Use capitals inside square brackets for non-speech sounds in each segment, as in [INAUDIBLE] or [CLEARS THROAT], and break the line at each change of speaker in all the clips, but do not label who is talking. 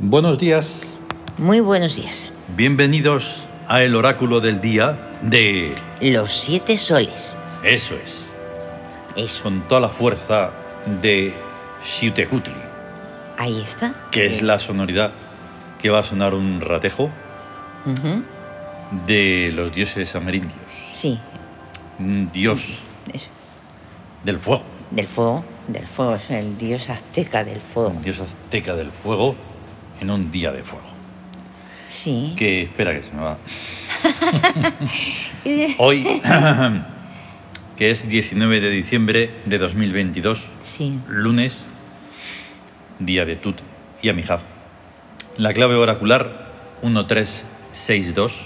Buenos días,
Muy buenos días.
bienvenidos a el oráculo del día de...
Los siete soles.
Eso es,
Eso.
con toda la fuerza de Xiutecutli,
Ahí está. Eh,
que es
Bien.
la sonoridad que va a sonar un ratejo
Ujú.
de los dioses amerindios,
Sí.
un dios
eso.
del fuego,
Del fuego. Del fuego. Es el dios azteca del fuego.
un dios azteca del fuego en un día de fuego.
Sí.
Que espera que se me va. Hoy, [CLEARS THROAT] que es 19 de diciembre de 2022,
Sí.
lunes, día de Tut y Amijaf. La clave oracular 1362.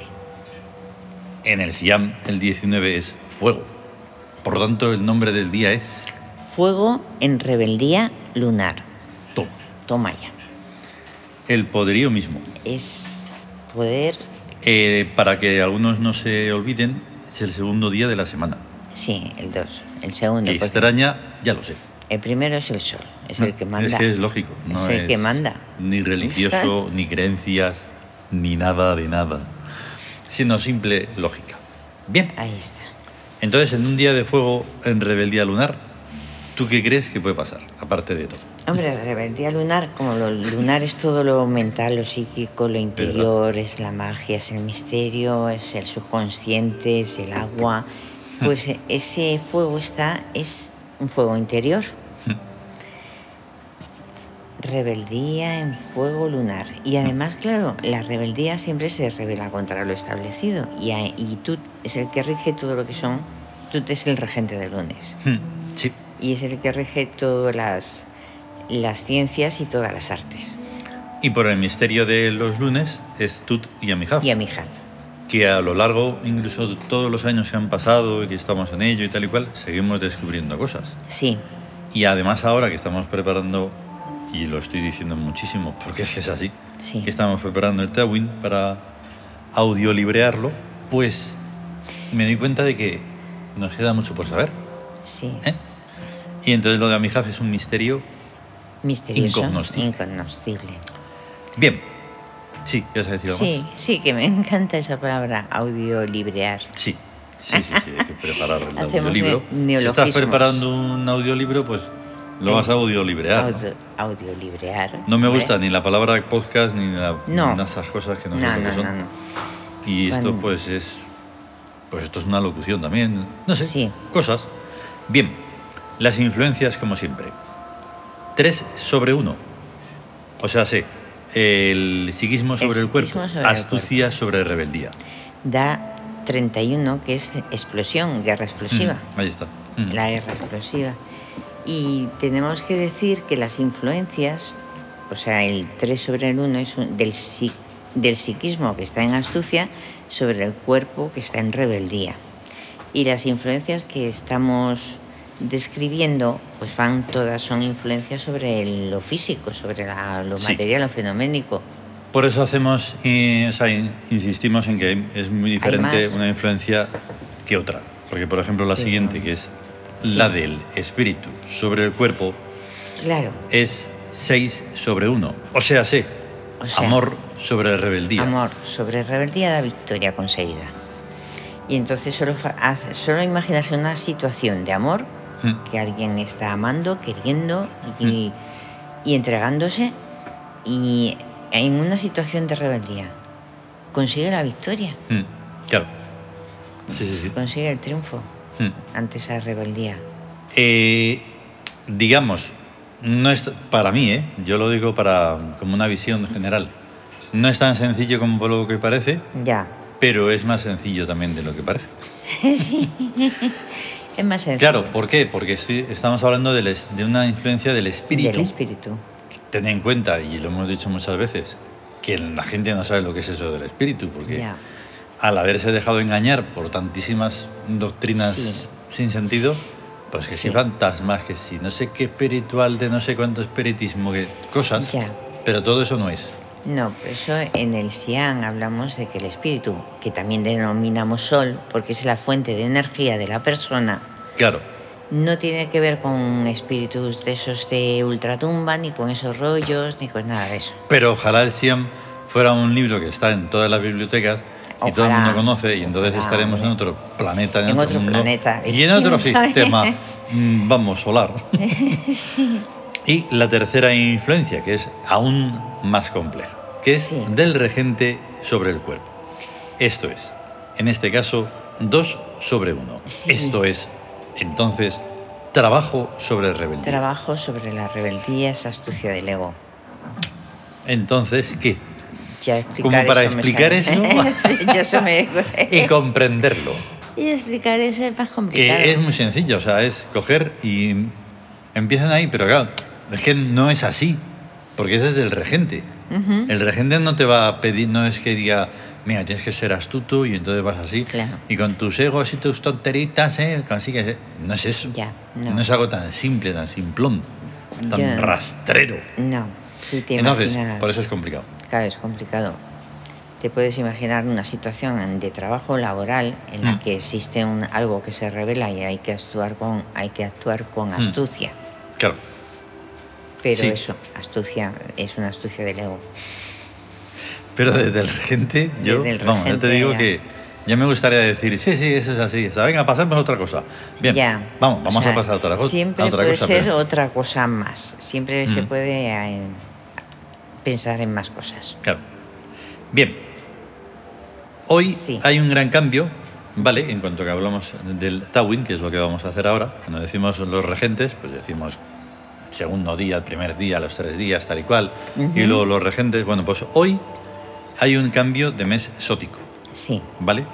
En el Siam, el 19 es fuego. Por lo tanto, el nombre del día es
Fuego en rebeldía lunar.
Tom.
Toma ya.
El poderío mismo.
Es poder.
Eh, para que algunos no se olviden, es el segundo día de la semana.
Sí, el dos. El segundo.
Que
porque
extraña, ya lo sé.
El primero es el sol. Es el que manda.
Es que es lógico. No
es el que manda.
Ni religioso, ni creencias, ni nada de nada. Sino simple lógica. Bien.
Ahí está.
Entonces, en un día de fuego en rebeldía lunar, ¿tú qué crees que puede pasar? Aparte de todo.
Hombre, la rebeldía lunar, como lo lunar es todo lo mental, lo psíquico, lo interior, es la magia, es el misterio, es el subconsciente, es el agua. Pues eh, ese fuego está, es un fuego interior. Rebeldía en fuego lunar. Y además, claro, la rebeldía siempre se revela contra lo establecido. Y, a- y tú es el que rige todo lo que son. Tú es el regente del lunes
Sí.
y es el que rige todas las, las ciencias y todas las artes.
Y por el misterio de los lunes es Tut y Amijaf.
Y a mi hija.
Que a lo largo, incluso de todos los años que han pasado y que estamos en ello y tal y cual, seguimos descubriendo cosas.
Sí,
Y además ahora que estamos preparando, y lo estoy diciendo muchísimo porque es que es así,
Sí.
que estamos preparando el Tawin para audiolibrearlo, pues me di cuenta de que nos queda mucho por saber.
sí.
¿eh? Y entonces lo de Amijaf es un misterio.
Misterioso.
Incognoscible.
Incognoscible.
Bien, sí, ya se ha decidido
Sí, sí, que me [LAUGHS] encanta esa palabra, audiolibrear.
Sí, sí, sí, sí, hay que preparar el
[LAUGHS] Hacemos
audiolibro.
ne-
si estás
neologismos.
preparando un audiolibro, pues lo vas a audiolibrear. ¿no?
Audio- audiolibrear.
No me
hombre.
gusta ni la palabra podcast ni la-
No.
ni esas cosas que no, sé
No,
lo que
no,
son.
no, no.
Y esto
Bueno.
pues es... Pues esto es una locución también, no sé,
Sí.
cosas. Bien, las influencias como siempre. 3 sobre 1. O sea, sí, el psiquismo sobre el, cuerpo,
psiquismo sobre el
astucia sobre rebeldía.
Da 31, que es explosión, guerra explosiva.
Ujú, Mm, Ahí está. Mm. Ujú.
Pues la guerra explosiva. Y tenemos que decir que las influencias, o sea, el 3 sobre el 1 es un- del, psi- del psiquismo que está en astucia sobre el cuerpo que está en rebeldía. Y las influencias que estamos describiendo, pues van todas, son influencias sobre el- lo físico, sobre la- lo
Sí.
material, lo fenoménico.
Por eso hacemos, eh, o sea, in- insistimos en que es muy diferente
más.
una influencia que otra. Porque, por ejemplo, la
Pero-
siguiente, que es
Sí.
la del espíritu sobre el cuerpo,
Claro,
es 6 sobre 1. O sea, sí,
O sea,
amor sobre rebeldía.
Amor sobre rebeldía da victoria conseguida. Y entonces solo, fa- haz- solo imaginarse una situación de amor
Mm.
que alguien está amando, queriendo y,
Mm.
y entregándose y en una situación de rebeldía consigue la victoria,
Mm, Claro. Sí, sí, sí.
consigue el triunfo
Mm.
ante esa rebeldía.
Eh, digamos, no es, para mí, ¿eh? yo lo digo para, como una visión general, no es tan sencillo como por lo que parece,
Ya, [LAUGHS]
pero es más sencillo también de lo que parece. [LAUGHS]
sí. es más sencillo.
Claro, ¿por qué? Porque sí, estamos hablando del es- de una influencia del espíritu.
Del espíritu.
Ten en cuenta, y lo hemos dicho muchas veces, que la gente no sabe lo que es eso del espíritu, porque
Ya.
al haberse dejado engañar por tantísimas doctrinas
Sí.
sin sentido, pues que si
Sí.
fantasmas, que si no sé qué espiritual, de no sé cuánto espiritismo, que cosas,
Ya.
pero todo eso no es.
No, por eso en el Siam hablamos de que el espíritu, que también denominamos sol, porque es la fuente de energía de la persona,
Claro,
no tiene que ver con espíritus de esos de ultratumba, ni con esos rollos, ni con nada de eso.
Pero ojalá el Siam fuera un libro que está en todas las bibliotecas y todo el
Ojalá,
mundo conoce y entonces
ojalá,
estaremos en
hombre.
otro planeta, en,
En otro
mundo,
planeta,
y en
sí,
otro
¿sabes?
sistema, mm, vamos,
[LAUGHS]
solar. Y la tercera influencia, que es aún más compleja, que es
Sí.
del regente sobre el cuerpo. Esto es, en este caso, 2 sobre 1.
Sí.
Esto es, entonces, trabajo sobre rebeldía.
Trabajo sobre la rebeldía, esa astucia del ego.
entonces, ¿qué?
Ya explicar
Como para
eso me
explicar
sale. [LAUGHS] ya eso me... eh.
Y comprenderlo.
y explicar eso es más
Que
complicado.
es muy sencillo, o sea, es coger y empiezan ahí, pero claro, es que no es así, porque ese es del regente.
Ujú.
El regente no te va a pedir, no es que diga, mira, tienes que ser astuto y entonces vas así.
Claro.
Y con tus egos y tus tonteritas, ¿eh? consigues. eh". No es eso.
Ya, no.
es algo tan simple, tan simplón, tan
Ya.
rastrero.
No, si te
Entonces,
imaginas...
por eso es complicado.
Claro, es complicado. Te puedes imaginar una situación de trabajo laboral en la
Mm.
que existe un, algo que se revela y hay que actuar con, hay que actuar con astucia.
Claro.
Pero
Mm. Sí.
eso, astucia, es una astucia del ego.
Pero desde el regente, yo,
Desde el
vamos, yo te
regente,
digo
ya.
que ya me gustaría decir, sí, sí, eso es así. está, venga, pasemos a otra cosa. Bien,
Ya.
vamos,
O
vamos
sea,
a pasar a otra cosa.
Siempre
a otra
puede
cosa,
ser
pero-
otra cosa más. Siempre se
Mm.
puede eh, pensar en más cosas.
Claro. Bien. Hoy
Sí.
hay un gran cambio, ¿vale? En cuanto que hablamos del Tawin, que es lo que vamos a hacer ahora, cuando decimos los regentes, pues decimos segundo día, el primer día, los tres días, tal y cual, y
Ujú.
luego los regentes. Bueno, pues hoy hay un cambio de mes sótico,
Sí.
¿vale?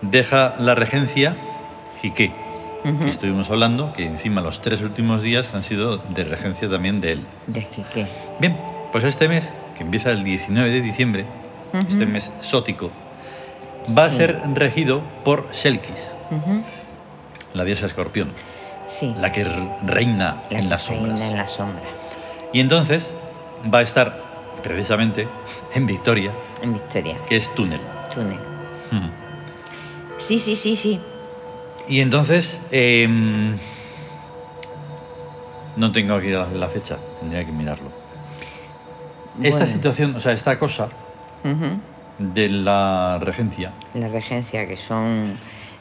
Deja la regencia y qué.
Ujú.
Que estuvimos hablando que encima los tres últimos días han sido de regencia también de él.
De aquí que.
Bien, pues este mes, que empieza el 19 de diciembre,
Ujú.
este mes sótico, va a
Sí.
ser regido por Selkis,
Ujú.
la diosa escorpión,
Sí.
la que r- reina
La
en
que
las
reina
sombras.
en la sombra.
Y entonces va a estar precisamente en Victoria,
En Victoria.
que es túnel.
Túnel.
Ujú.
Sí, sí, sí, sí.
Y entonces, em, no tengo aquí la, la fecha, tendría que mirarlo. Esta
Bueno.
situación, o sea, esta cosa
Ujú.
de la regencia,
La regencia, que son.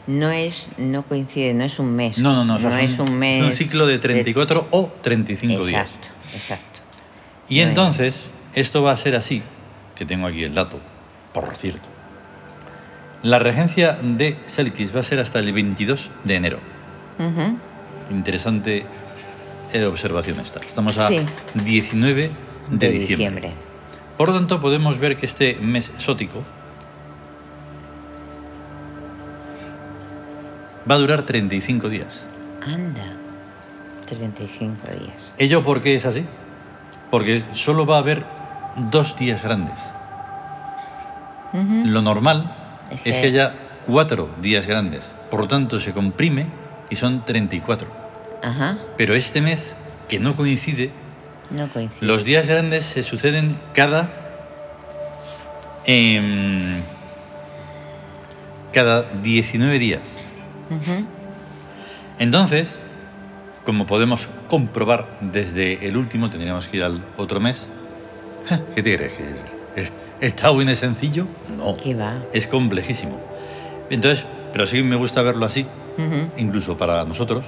No es, no coincide, no es un mes.
No, no, no. o sea,
es un mes.
Es un ciclo de 34 o 35
exacto,
días.
Exacto.
Y
no hay
entonces, esto va a ser así, que tengo aquí el dato, por cierto. La regencia de Selkis va a ser hasta el 22 de enero.
Ujú.
Interesante eh, observación esta. Estamos a
Sí.
19 de,
De
diciembre. Por lo tanto, podemos ver que este mes sótico va a durar 35 días.
Anda. 35 días.
¿Ello por qué es así? Porque solo va a haber dos días grandes.
Ujú.
Lo normal es
Es
que,
que-
haya cuatro días grandes. Por lo tanto, se comprime y son 34.
Ajá.
Pero este mes, que no coincide,
No coincide.
los días grandes se suceden cada... em, cada 19 días.
Ujú.
Entonces, como podemos comprobar desde el último, tendríamos que ir al otro mes. ¿Qué te crees? ¿Que ¿El el Tawin es sencillo? No,
¿Qué va?
es complejísimo. Entonces, pero sí me gusta verlo así,
Ujú,
incluso para nosotros,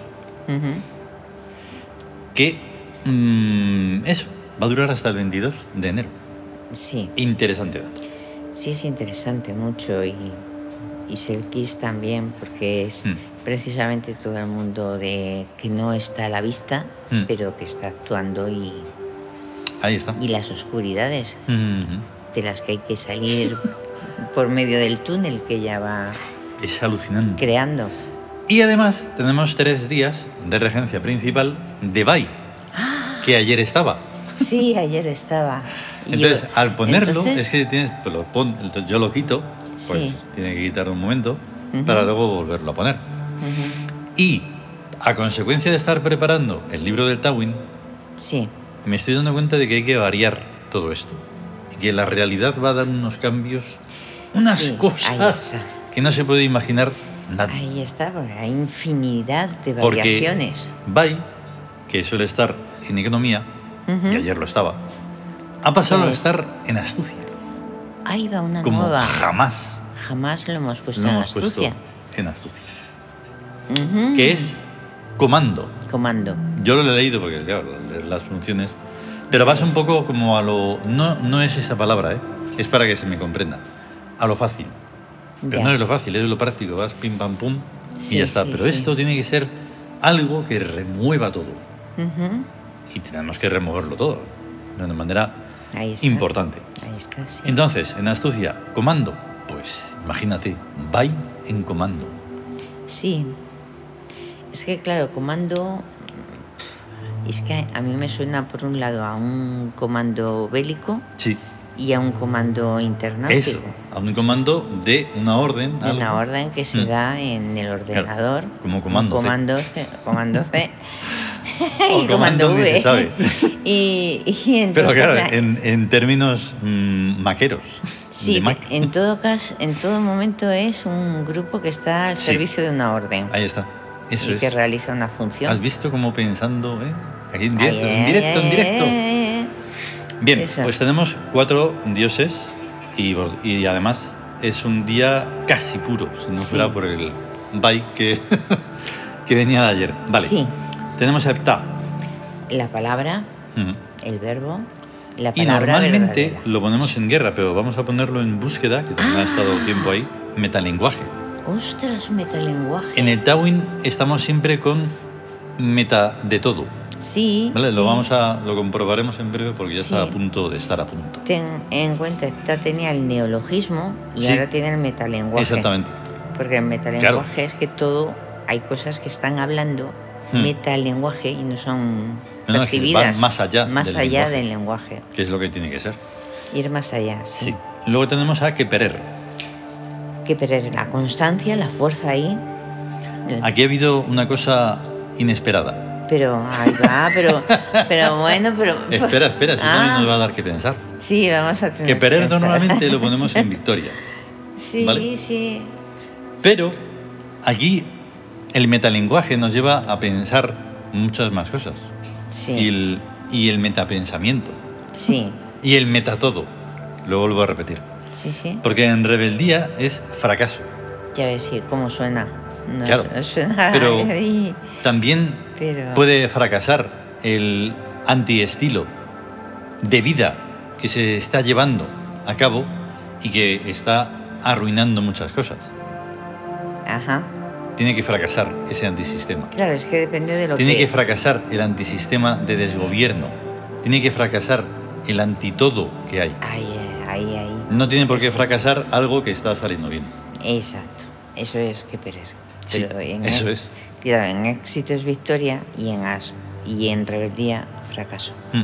ujú.
que mm, eso va a durar hasta el 22 de enero.
Sí,
Interesante dato.
sí es interesante mucho y, y Selkis también, porque es
Mm.
precisamente todo el mundo de que no está a la vista,
Mm.
pero que está actuando y,
Ahí está.
y las oscuridades
Mm,
de las que hay que salir por medio del túnel que ella va
es alucinante.
creando.
Y además tenemos tres días de regencia principal de Bai, que ayer estaba.
Sí, ayer estaba. Y
Entonces,
yo-
al ponerlo,
entonces-
es que tienes, pues lo pon- entonces yo lo quito, pues
Sí.
tiene que quitarlo un momento
Ujú.
para luego volverlo a poner.
Ujú.
Y a consecuencia de estar preparando el libro del Tawin,
Sí,
me estoy dando cuenta de que hay que variar todo esto. Y que la realidad va a dar unos cambios, unas
Sí, ahí
cosas
está.
que no se puede imaginar Nadie.
Ahí está, porque hay infinidad de
Porque
variaciones.
Bai, que suele estar en economía, y ayer lo estaba, ha pasado a
Es-
estar en astucia,
Ahí Ah, va una
como
nueva.
jamás
Jamás lo hemos puesto
lo
en
hemos puesto
astucia.
en astucia. Que es comando.
Comando.
Yo lo he leído porque, claro, leer las funciones. Pero vas un
Pues
poco como a lo. No, no es esa palabra, ¿eh? Es para que se me comprenda. A lo fácil. Pero
Ya.
no es lo fácil, es lo práctico. Vas pim pam pum
Sí,
y ya está.
sí,
Pero
sí.
esto tiene que ser algo que remueva todo.
Ujú.
Y tenemos que removerlo todo. De una manera
Ahí está.
importante.
Ahí está, sí.
Entonces, en astucia, comando. Pues imagínate, vai en comando.
Sí. Es que, claro, comando. Es que a mí me suena, por un lado, a un comando bélico
Sí.
y a un comando internautico.
Eso, a un comando de una orden. algo.
Una orden que se
Ah, Mm.
da en el ordenador.
como comando
Un
C.
Comando C. Comando C.
[LAUGHS]
[LAUGHS]
O
y
comando
comando
ni
V.
se
[LAUGHS]
sabe.
Y, y entonces,
Pero claro,
la-
en, en términos mm, maqueros.
sí,
de Mac.
en todo caso, en todo momento es un grupo que está al
Sí.
servicio de una orden
Ahí está. Eso
y
es.
que realiza una función.
¿Has visto cómo pensando, eh? Aquí en
Ay,
directo, en
ay,
directo,
ay,
en directo.
ay,
Bien,
Eso.
pues tenemos cuatro dioses y, bor- y además es un día casi puro, si no
Sí.
fuera por el bike que, [LAUGHS] que venía de ayer. Vale.
Sí.
Tenemos a Heptá.
ay. La palabra,
Ujú.
el verbo, la
Y
palabra
normalmente
verdadera.
lo ponemos en guerra, pero vamos a ponerlo en búsqueda, que también ha estado
Ah.
tiempo ahí, metalenguaje.
Ostras, metalenguaje.
En el Tawin estamos siempre con meta de todo.
Sí,
¿vale? Lo
sí.
vamos a lo comprobaremos en breve porque ya está
Sí.
a punto de estar a punto.
Ten en cuenta, esta tenía el neologismo y
Sí.
ahora tiene el metalenguaje.
Exactamente.
Porque el metalenguaje es que todo, hay cosas que están hablando
Hmm.
metalenguaje y no son
No, no, es que
percibidas.
van más allá
Más
del
allá
lenguaje.
del lenguaje.
Que es lo que tiene que ser.
Ir más allá, sí.
Sí. Luego tenemos a Keperer.
Que perder la constancia, la fuerza ahí.
Aquí ha habido una cosa inesperada.
Pero, ahí va,
[LAUGHS]
pero, pero bueno, pero...
Espera, espera, si también
Ah, Pues,
nos va a dar que pensar.
Sí, vamos a tener
Keperer
pensar.
normalmente
eh.
lo ponemos en victoria.
[LAUGHS] Sí,
¿vale?
sí.
Pero aquí el metalenguaje nos lleva a pensar muchas más cosas.
Sí,
Y, el, y el metapensamiento.
sí,
Y el metatodo. Lo vuelvo a repetir.
sí, sí.
Porque en rebeldía es fracaso.
Ya ves, sí, cómo suena. No,
Claro,
Suena
[LAUGHS] pero-
[LAUGHS] ahí,
También
pero-
puede fracasar el antiestilo de vida que se está llevando a cabo y que está arruinando muchas cosas.
Ajá.
Tiene que fracasar ese antisistema.
Claro, es que depende de lo
Tiene
que...
que fracasar el antisistema de desgobierno. Tiene que fracasar el antitodo que hay.
Ahí, eh, ahí, ahí.
No tiene por qué
Sí.
fracasar algo que está saliendo bien.
Exacto. Eso es que perder.
Sí,
Pero en
eso
e-
es.
Claro, en éxito es victoria y en, as- y en rebeldía fracaso.
Mm,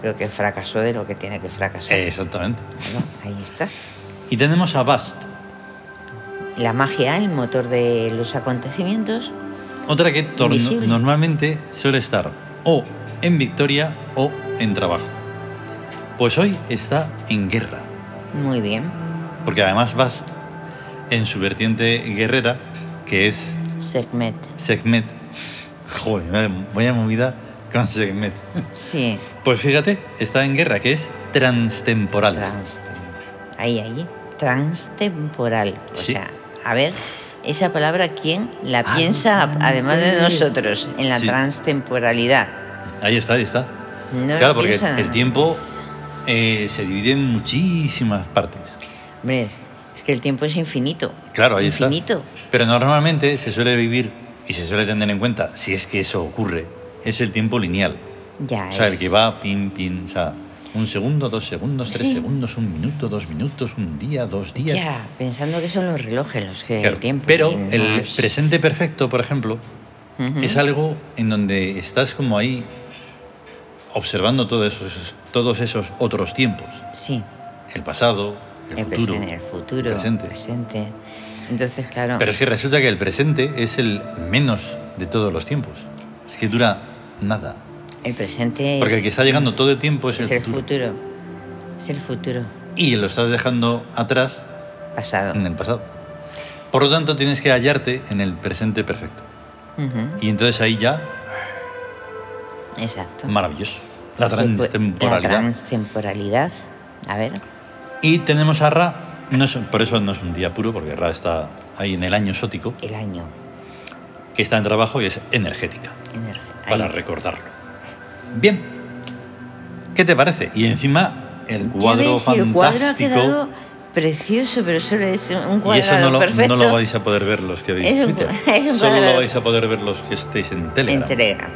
Pero que fracasó de lo que tiene que fracasar.
Eh. Exactamente.
Claro, ahí está.
Y tenemos a Bast,
La magia, el motor de los acontecimientos.
otra que torno-
Invisible.
normalmente suele estar o en victoria o en trabajo. Pues hoy está en guerra,
Muy bien.
porque además Bast, en su vertiente guerrera, que es
Segmet.
Segmet, joder, vaya- vaya movida con Segmet.
Sí.
Pues fíjate, está en guerra, que es transtemporal.
Transtemporal. Ahí, ahí. Transtemporal. O
Sí.
sea, a ver, esa palabra, ¿quién la
Ah,
piensa, a- además de
ande.
nosotros, en la
Sí.
transtemporalidad?
Ahí está, ahí está.
No
claro,
lo
porque
piensa
el
nada
tiempo
más.
eh, se divide en muchísimas partes.
Hombre, es que el tiempo es infinito.
Claro, ahí está.
infinito.
Pero normalmente se suele vivir y se suele tener en cuenta, si es que eso ocurre, es el tiempo lineal.
Ya
O sea,
es.
el que va pin, pin, o sea, un segundo, dos segundos, tres
Sí.
segundos, un minuto, dos minutos, un día, dos días.
Ya, pensando que son los relojes los que
Claro,
el tiempo.
Pero
y no
el
es-
presente perfecto, por ejemplo,
Ujú.
es algo en donde estás como ahí observando todos esos, todos esos otros tiempos.
Sí,
El pasado, el,
el
futuro.
presente, el futuro,
el presente.
presente. Entonces, claro.
Pero es que resulta que el presente es el menos de todos los tiempos. Es que dura nada.
El presente
Porque
es,
el que está llegando todo el tiempo es,
es el futuro. Es el futuro
Y lo estás dejando atrás
pasado.
en el pasado. Por lo tanto, tienes que hallarte en el presente perfecto.
Ujú,
Y entonces ahí ya,
Exacto.
maravilloso. La
Se puede-
transtemporalidad.
pues, La transtemporalidad. A ver.
Y tenemos a Ra, no es- por eso no es un día puro, porque Ra está ahí en el año sótico,
El año.
que está en trabajo y es energética,
ener-
para
ahí.
recordarlo. Bien, ¿qué te parece? Y encima el
Ya
cuadro
veis,
fantástico...
El cuadro ha quedado precioso, pero solo es un
y
cuadrado
eso no lo,
perfecto.
no lo vais a poder ver los que veis
Es un
Twitter.
cua- [LAUGHS] es un
Solo lo
cuadrado.
vais a poder ver los que estéis en Telegram.
en Telegram.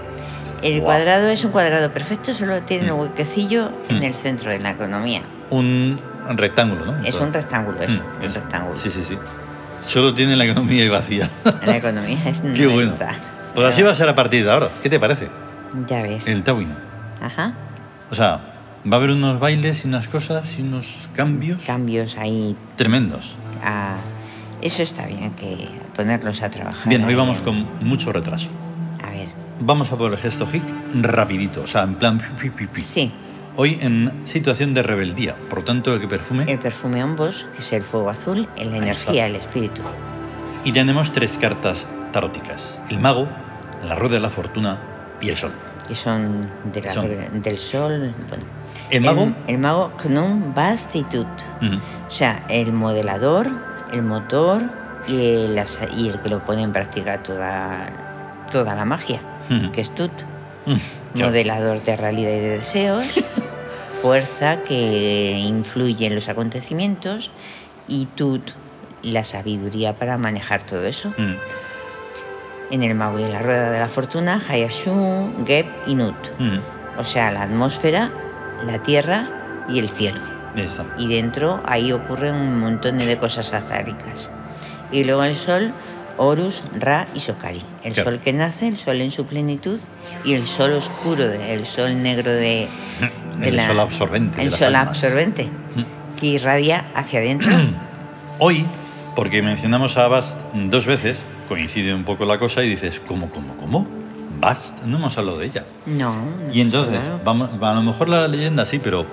El
Guau.
cuadrado es un cuadrado perfecto, solo tiene
Mm.
un huequecillo
Mm.
en el centro, en la economía.
Un rectángulo, ¿no?
Es un rectángulo eso,
Mm,
un
eso.
rectángulo.
Sí, sí, sí. Solo tiene la economía y
[LAUGHS]
vacía.
En la economía es no
[LAUGHS] Qué bueno.
está.
Pues así va a ser a partir de ahora. ¿Qué te parece?
Ya ves.
El Tawin.
Ajá.
O sea, va a haber unos bailes y unas cosas y unos cambios
Cambios ahí
tremendos.
a... Eso está bien, que ponerlos a trabajar.
Bien, hoy
ahí
vamos
en-
con mucho retraso.
A ver,
Vamos a por el gesto hic rapidito, o sea, en plan... pi, pi, pi, pi.
sí,
Hoy en situación de rebeldía, por tanto el que perfume...
el perfume Ombos, que es el fuego azul, en la
Ahí
energía,
está.
el espíritu.
Y tenemos tres cartas taróticas. El mago, la rueda de la fortuna y el sol.
que son, de la
Son.
regla- del sol. bueno.
El mago- mm,
El, el mago con un vastitud.
Ujú.
O sea, el modelador, el motor y el, asa- y el que lo pone en práctica toda, toda la magia,
Ujú.
que es Tut.
Mm, claro.
Modelador de realidad y de
[LAUGHS]
deseos, fuerza que influye en los acontecimientos y Tut, la sabiduría para manejar todo eso.
Mm.
En el mago y la rueda de la fortuna, Hayashun, Geb y Nut.
Mm.
O sea, la atmósfera, la tierra y el cielo.
Ahí está.
Y dentro ahí ocurren un montón de cosas azáricas. Y luego el sol, Horus, Ra y Sokari. El
Claro.
sol que nace, el sol en su plenitud y el sol oscuro, de- el sol negro de... de
mm, el
la-
sol absorbente. de
El
las
sol
almas.
absorbente,
Mm.
que irradia hacia adentro.
Hoy, porque mencionamos a Bast dos veces, coincide un poco la cosa y dices, ¿cómo, cómo, cómo? Bast, no hemos hablado de ella.
no. no,
Y entonces,
claro.
vamos, a lo mejor la leyenda sí, pero,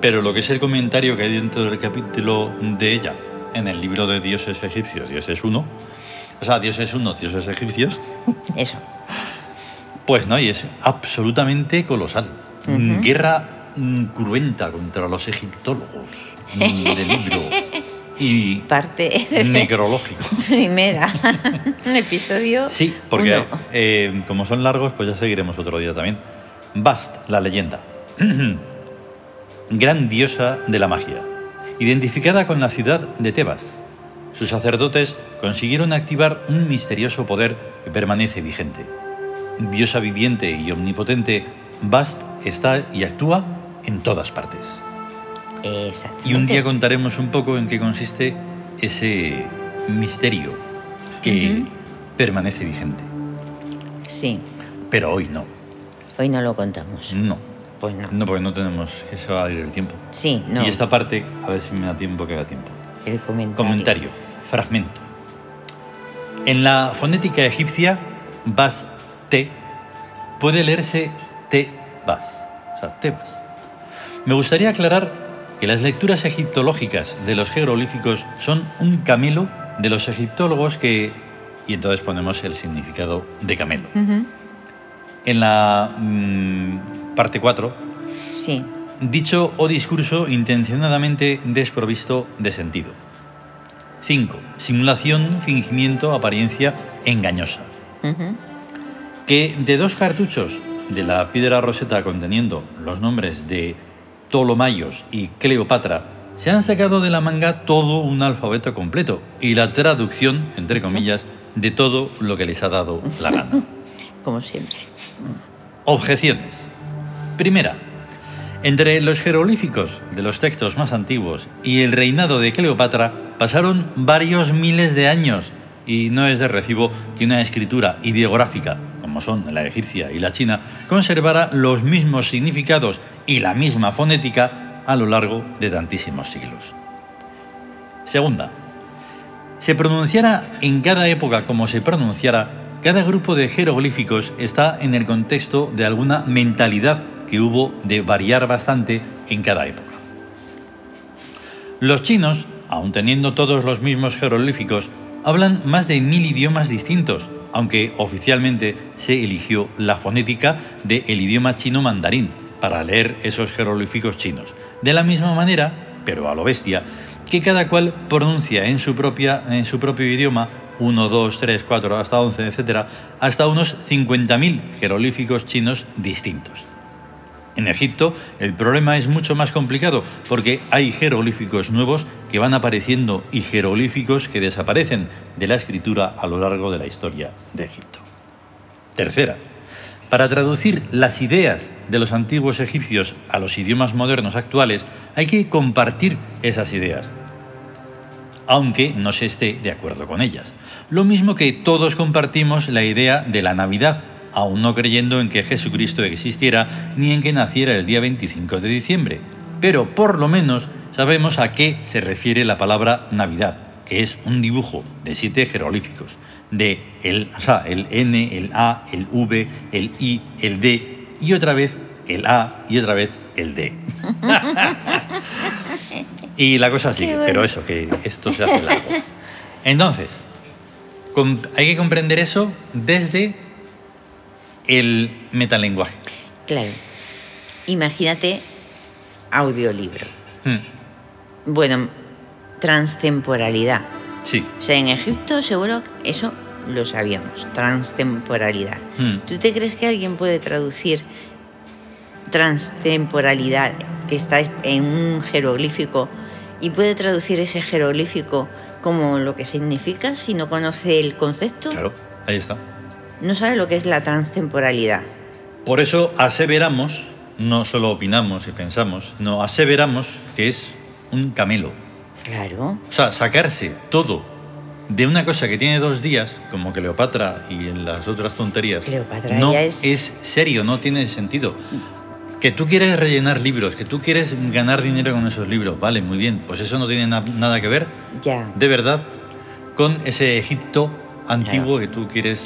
pero lo que es el comentario que hay dentro del capítulo de ella, en el libro de Dioses Egipcios, Dioses uno, o sea, Dioses uno, Dioses Egipcios,
Eso.
pues no, y es absolutamente colosal.
Ujú.
Guerra mm, cruenta contra los egiptólogos mm, del
[LAUGHS]
libro y
Parte [LAUGHS]
necrológico.
primera. Un episodio.
Sí, porque
uno.
eh, como son largos, pues ya seguiremos otro día también. Bast, la leyenda. [CLEARS THROAT] Gran diosa de la magia, identificada con la ciudad de Tebas. Sus sacerdotes consiguieron activar un misterioso poder que permanece vigente. Diosa viviente y omnipotente, Bast está y actúa en todas partes.
Exactamente.
Y un día contaremos un poco en qué consiste ese misterio que
Ujú.
permanece vigente.
Sí,
Pero hoy no.
hoy no lo contamos.
No.
Pues no.
No, porque no tenemos que se va a ir el tiempo.
Sí, no.
Mm. Y esta parte, a ver si me da tiempo que da tiempo.
El comentario.
Comentario, fragmento. En la fonética egipcia, bas te puede leerse te bas, o sea, tebas. Me gustaría aclarar que las lecturas egiptológicas de los jeroglíficos son un camelo de los egiptólogos que y entonces ponemos el significado de camelo.
Ujú.
En la mm, parte 4
Sí,
Dicho o discurso intencionadamente desprovisto de sentido. 5. Simulación, fingimiento, apariencia engañosa.
ujú.
Que de dos cartuchos de la piedra roseta conteniendo los nombres de Ptolomayos y Cleopatra, se han sacado de la manga todo un alfabeto completo y la traducción, entre comillas, de todo lo que les ha dado la gana.
como siempre.
Objeciones. Primera. Entre los jeroglíficos de los textos más antiguos y el reinado de Cleopatra pasaron varios miles de años y no es de recibo que una escritura ideográfica, como son la egipcia y la china, conservara los mismos significados y la misma fonética a lo largo de tantísimos siglos. Segunda, se pronunciara en cada época como se pronunciara, cada grupo de jeroglíficos está en el contexto de alguna mentalidad que hubo de variar bastante en cada época. Los chinos, aun teniendo todos los mismos jeroglíficos, hablan más de mil idiomas distintos, aunque oficialmente se eligió la fonética del idioma chino mandarín para leer esos jeroglíficos chinos. De la misma manera, pero a lo bestia, que cada cual pronuncia en su, propia, en su propio idioma 1, 2, 3, 4, hasta 11, etc., hasta unos 50.000 jeroglíficos chinos distintos. En Egipto el problema es mucho más complicado porque hay jeroglíficos nuevos que van apareciendo y jeroglíficos que desaparecen de la escritura a lo largo de la historia de Egipto. Tercera, para traducir las ideas de los antiguos egipcios a los idiomas modernos actuales hay que compartir esas ideas, aunque no se esté de acuerdo con ellas. Lo mismo que todos compartimos la idea de la Navidad, aún no creyendo en que Jesucristo existiera ni en que naciera el día 25 de diciembre. Pero por lo menos sabemos a qué se refiere la palabra Navidad, que es un dibujo de siete jeroglíficos, de el, o sea, el N, el A, el V, el I, el D y otra vez el A y otra vez el D. y la cosa sigue,
bueno.
pero eso, que esto se hace largo. Entonces, com- hay que comprender eso desde el metalenguaje.
Claro. Imagínate audiolibro.
Hmm,
Bueno, transtemporalidad.
Sí,
O sea, en Egipto seguro que eso lo sabíamos, transtemporalidad.
Hmm.
¿Tú te crees que alguien puede traducir transtemporalidad que está en un jeroglífico y puede traducir ese jeroglífico como lo que significa si no conoce el concepto?
claro, ahí está.
No sabe lo que es la transtemporalidad.
Por eso aseveramos, no solo opinamos y pensamos, no, aseveramos que es un camelo.
Claro.
O sea, sacarse todo de una cosa que tiene dos días, como Cleopatra y en las otras tonterías,
Cleopatra
no
ya es-
serio, no tiene sentido. Que tú quieres rellenar libros, que tú quieres ganar dinero con esos libros, vale, muy bien, pues eso no tiene na- nada que ver,
Ya.
de verdad, con ese Egipto antiguo que tú quieres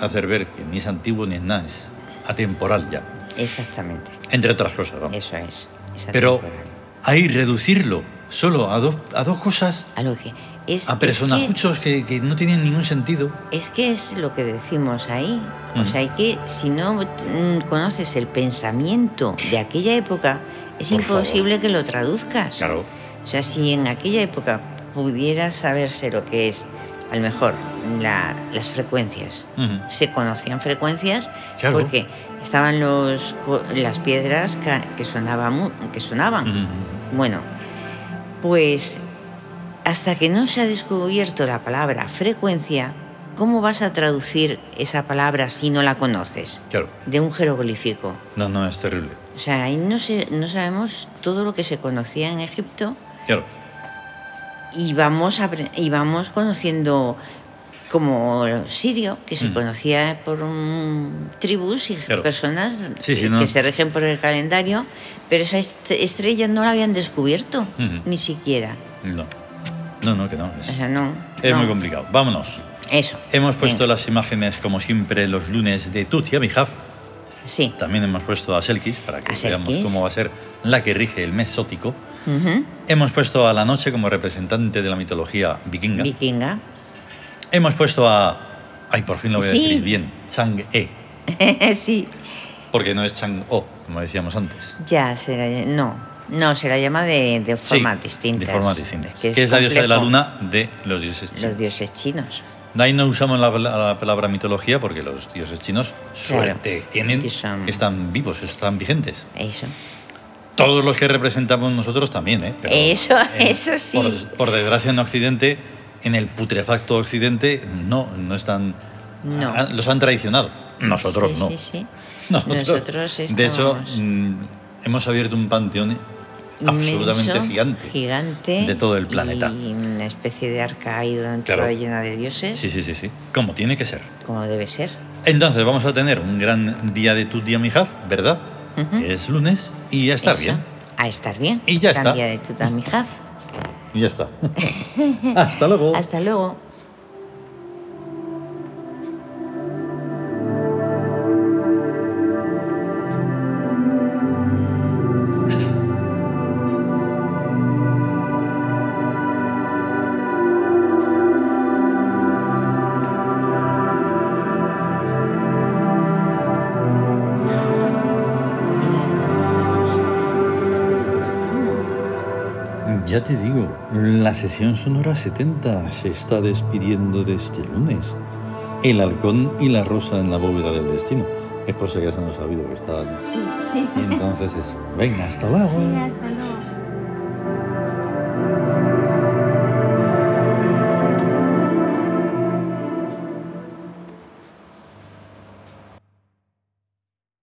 hacer ver, que ni es antiguo ni es nada, es atemporal ya,
Exactamente.
entre otras cosas, vamos.
Eso es. esa
Pero
temporalidad.
ahí reducirlo solo a dos, a dos cosas
a lo que es
a
es que-
personajuchos que, que no tienen ningún sentido.
Es que es lo que decimos ahí. O
Ujú.
sea, hay que si no mm, conoces el pensamiento de aquella época, es
Por
imposible que lo traduzcas.
Claro.
O sea, si en aquella época pudiera saberse lo que es, a lo mejor, la- las frecuencias.
Ujú.
Se conocían frecuencias
Claro.
porque estaban los, co- las piedras ca- que, sonaban mu- que sonaban.
Ujú.
Bueno, pues hasta que no se ha descubierto la palabra frecuencia, ¿cómo vas a traducir esa palabra si no la conoces?
Claro.
De un jeroglífico.
No, no, es terrible.
O sea, ahí no, se- no sabemos todo lo que se conocía en Egipto
Claro.
y vamos, apre- y vamos conociendo como sirio, que se
Mm.
conocía por un, tribus y
Claro.
personas
Sí, sí,
que
no.
se regen por el calendario, pero esa est- estrella no la habían descubierto,
Ujú.
ni siquiera.
No. No, no, que no. Es,
O sea, no.
es
no.
muy complicado. Vámonos.
Eso.
Hemos puesto
Bien,
las imágenes, como siempre, los lunes de Tuti a Mijaf.
Sí.
También hemos puesto a Selkis para que
A
veamos
Selkis.
cómo va a ser la que rige el mes sótico.
Ujú.
Hemos puesto a la noche como representante de la mitología vikinga.
Vikinga. [LAUGHS]
Hemos puesto a. Ay, por fin lo voy a
Sí.
decir bien. Chang-e.
sí.
Porque no es Chang-o, como decíamos antes.
Ya, se la, no. No, se la llama de, de
Sí,
formas distintas.
De formas distintas.
que
Que es, la diosa de la
complejo.
luna de los dioses chinos.
Los dioses chinos.
Ahí no usamos la, la palabra mitología porque los dioses chinos suerte tienen
que son-
que están vivos, están vigentes.
Eso.
Todos los que representamos nosotros también, ¿eh?
Eso-
en-
[LAUGHS] eso sí.
Por, por desgracia en Occidente, en el putrefacto Occidente, no, no están...
No.
ah, los han traicionado. Nosotros
Sí,
no.
Sí, sí.
[LAUGHS] Nosotros,
Nosotros
De hecho,
estamos-
mm, hemos abierto un panteón absolutamente
Inmenso,
gigante.
gigante.
de todo el planeta.
Y una especie de arca ahí durante
Claro.
toda llena de dioses.
Sí, sí, sí, sí. Como tiene que ser.
Como debe ser.
Entonces vamos a tener un gran día de tu día, mi hija, ¿verdad?
Ujú.
Que es lunes y ya está
Eso.
bien.
A estar bien.
Y ya está.
Cambia de Tutamijaf.
Y ya
[LAUGHS]
está. Hasta luego.
Hasta luego.
Ya te digo, la sesión sonora 70 se está despidiendo de este lunes. El halcón y la rosa en la bóveda del destino. Es por si acaso no he sabido que está.
Sí, sí.
Y entonces eso. Venga, hasta luego.
Sí, hasta luego.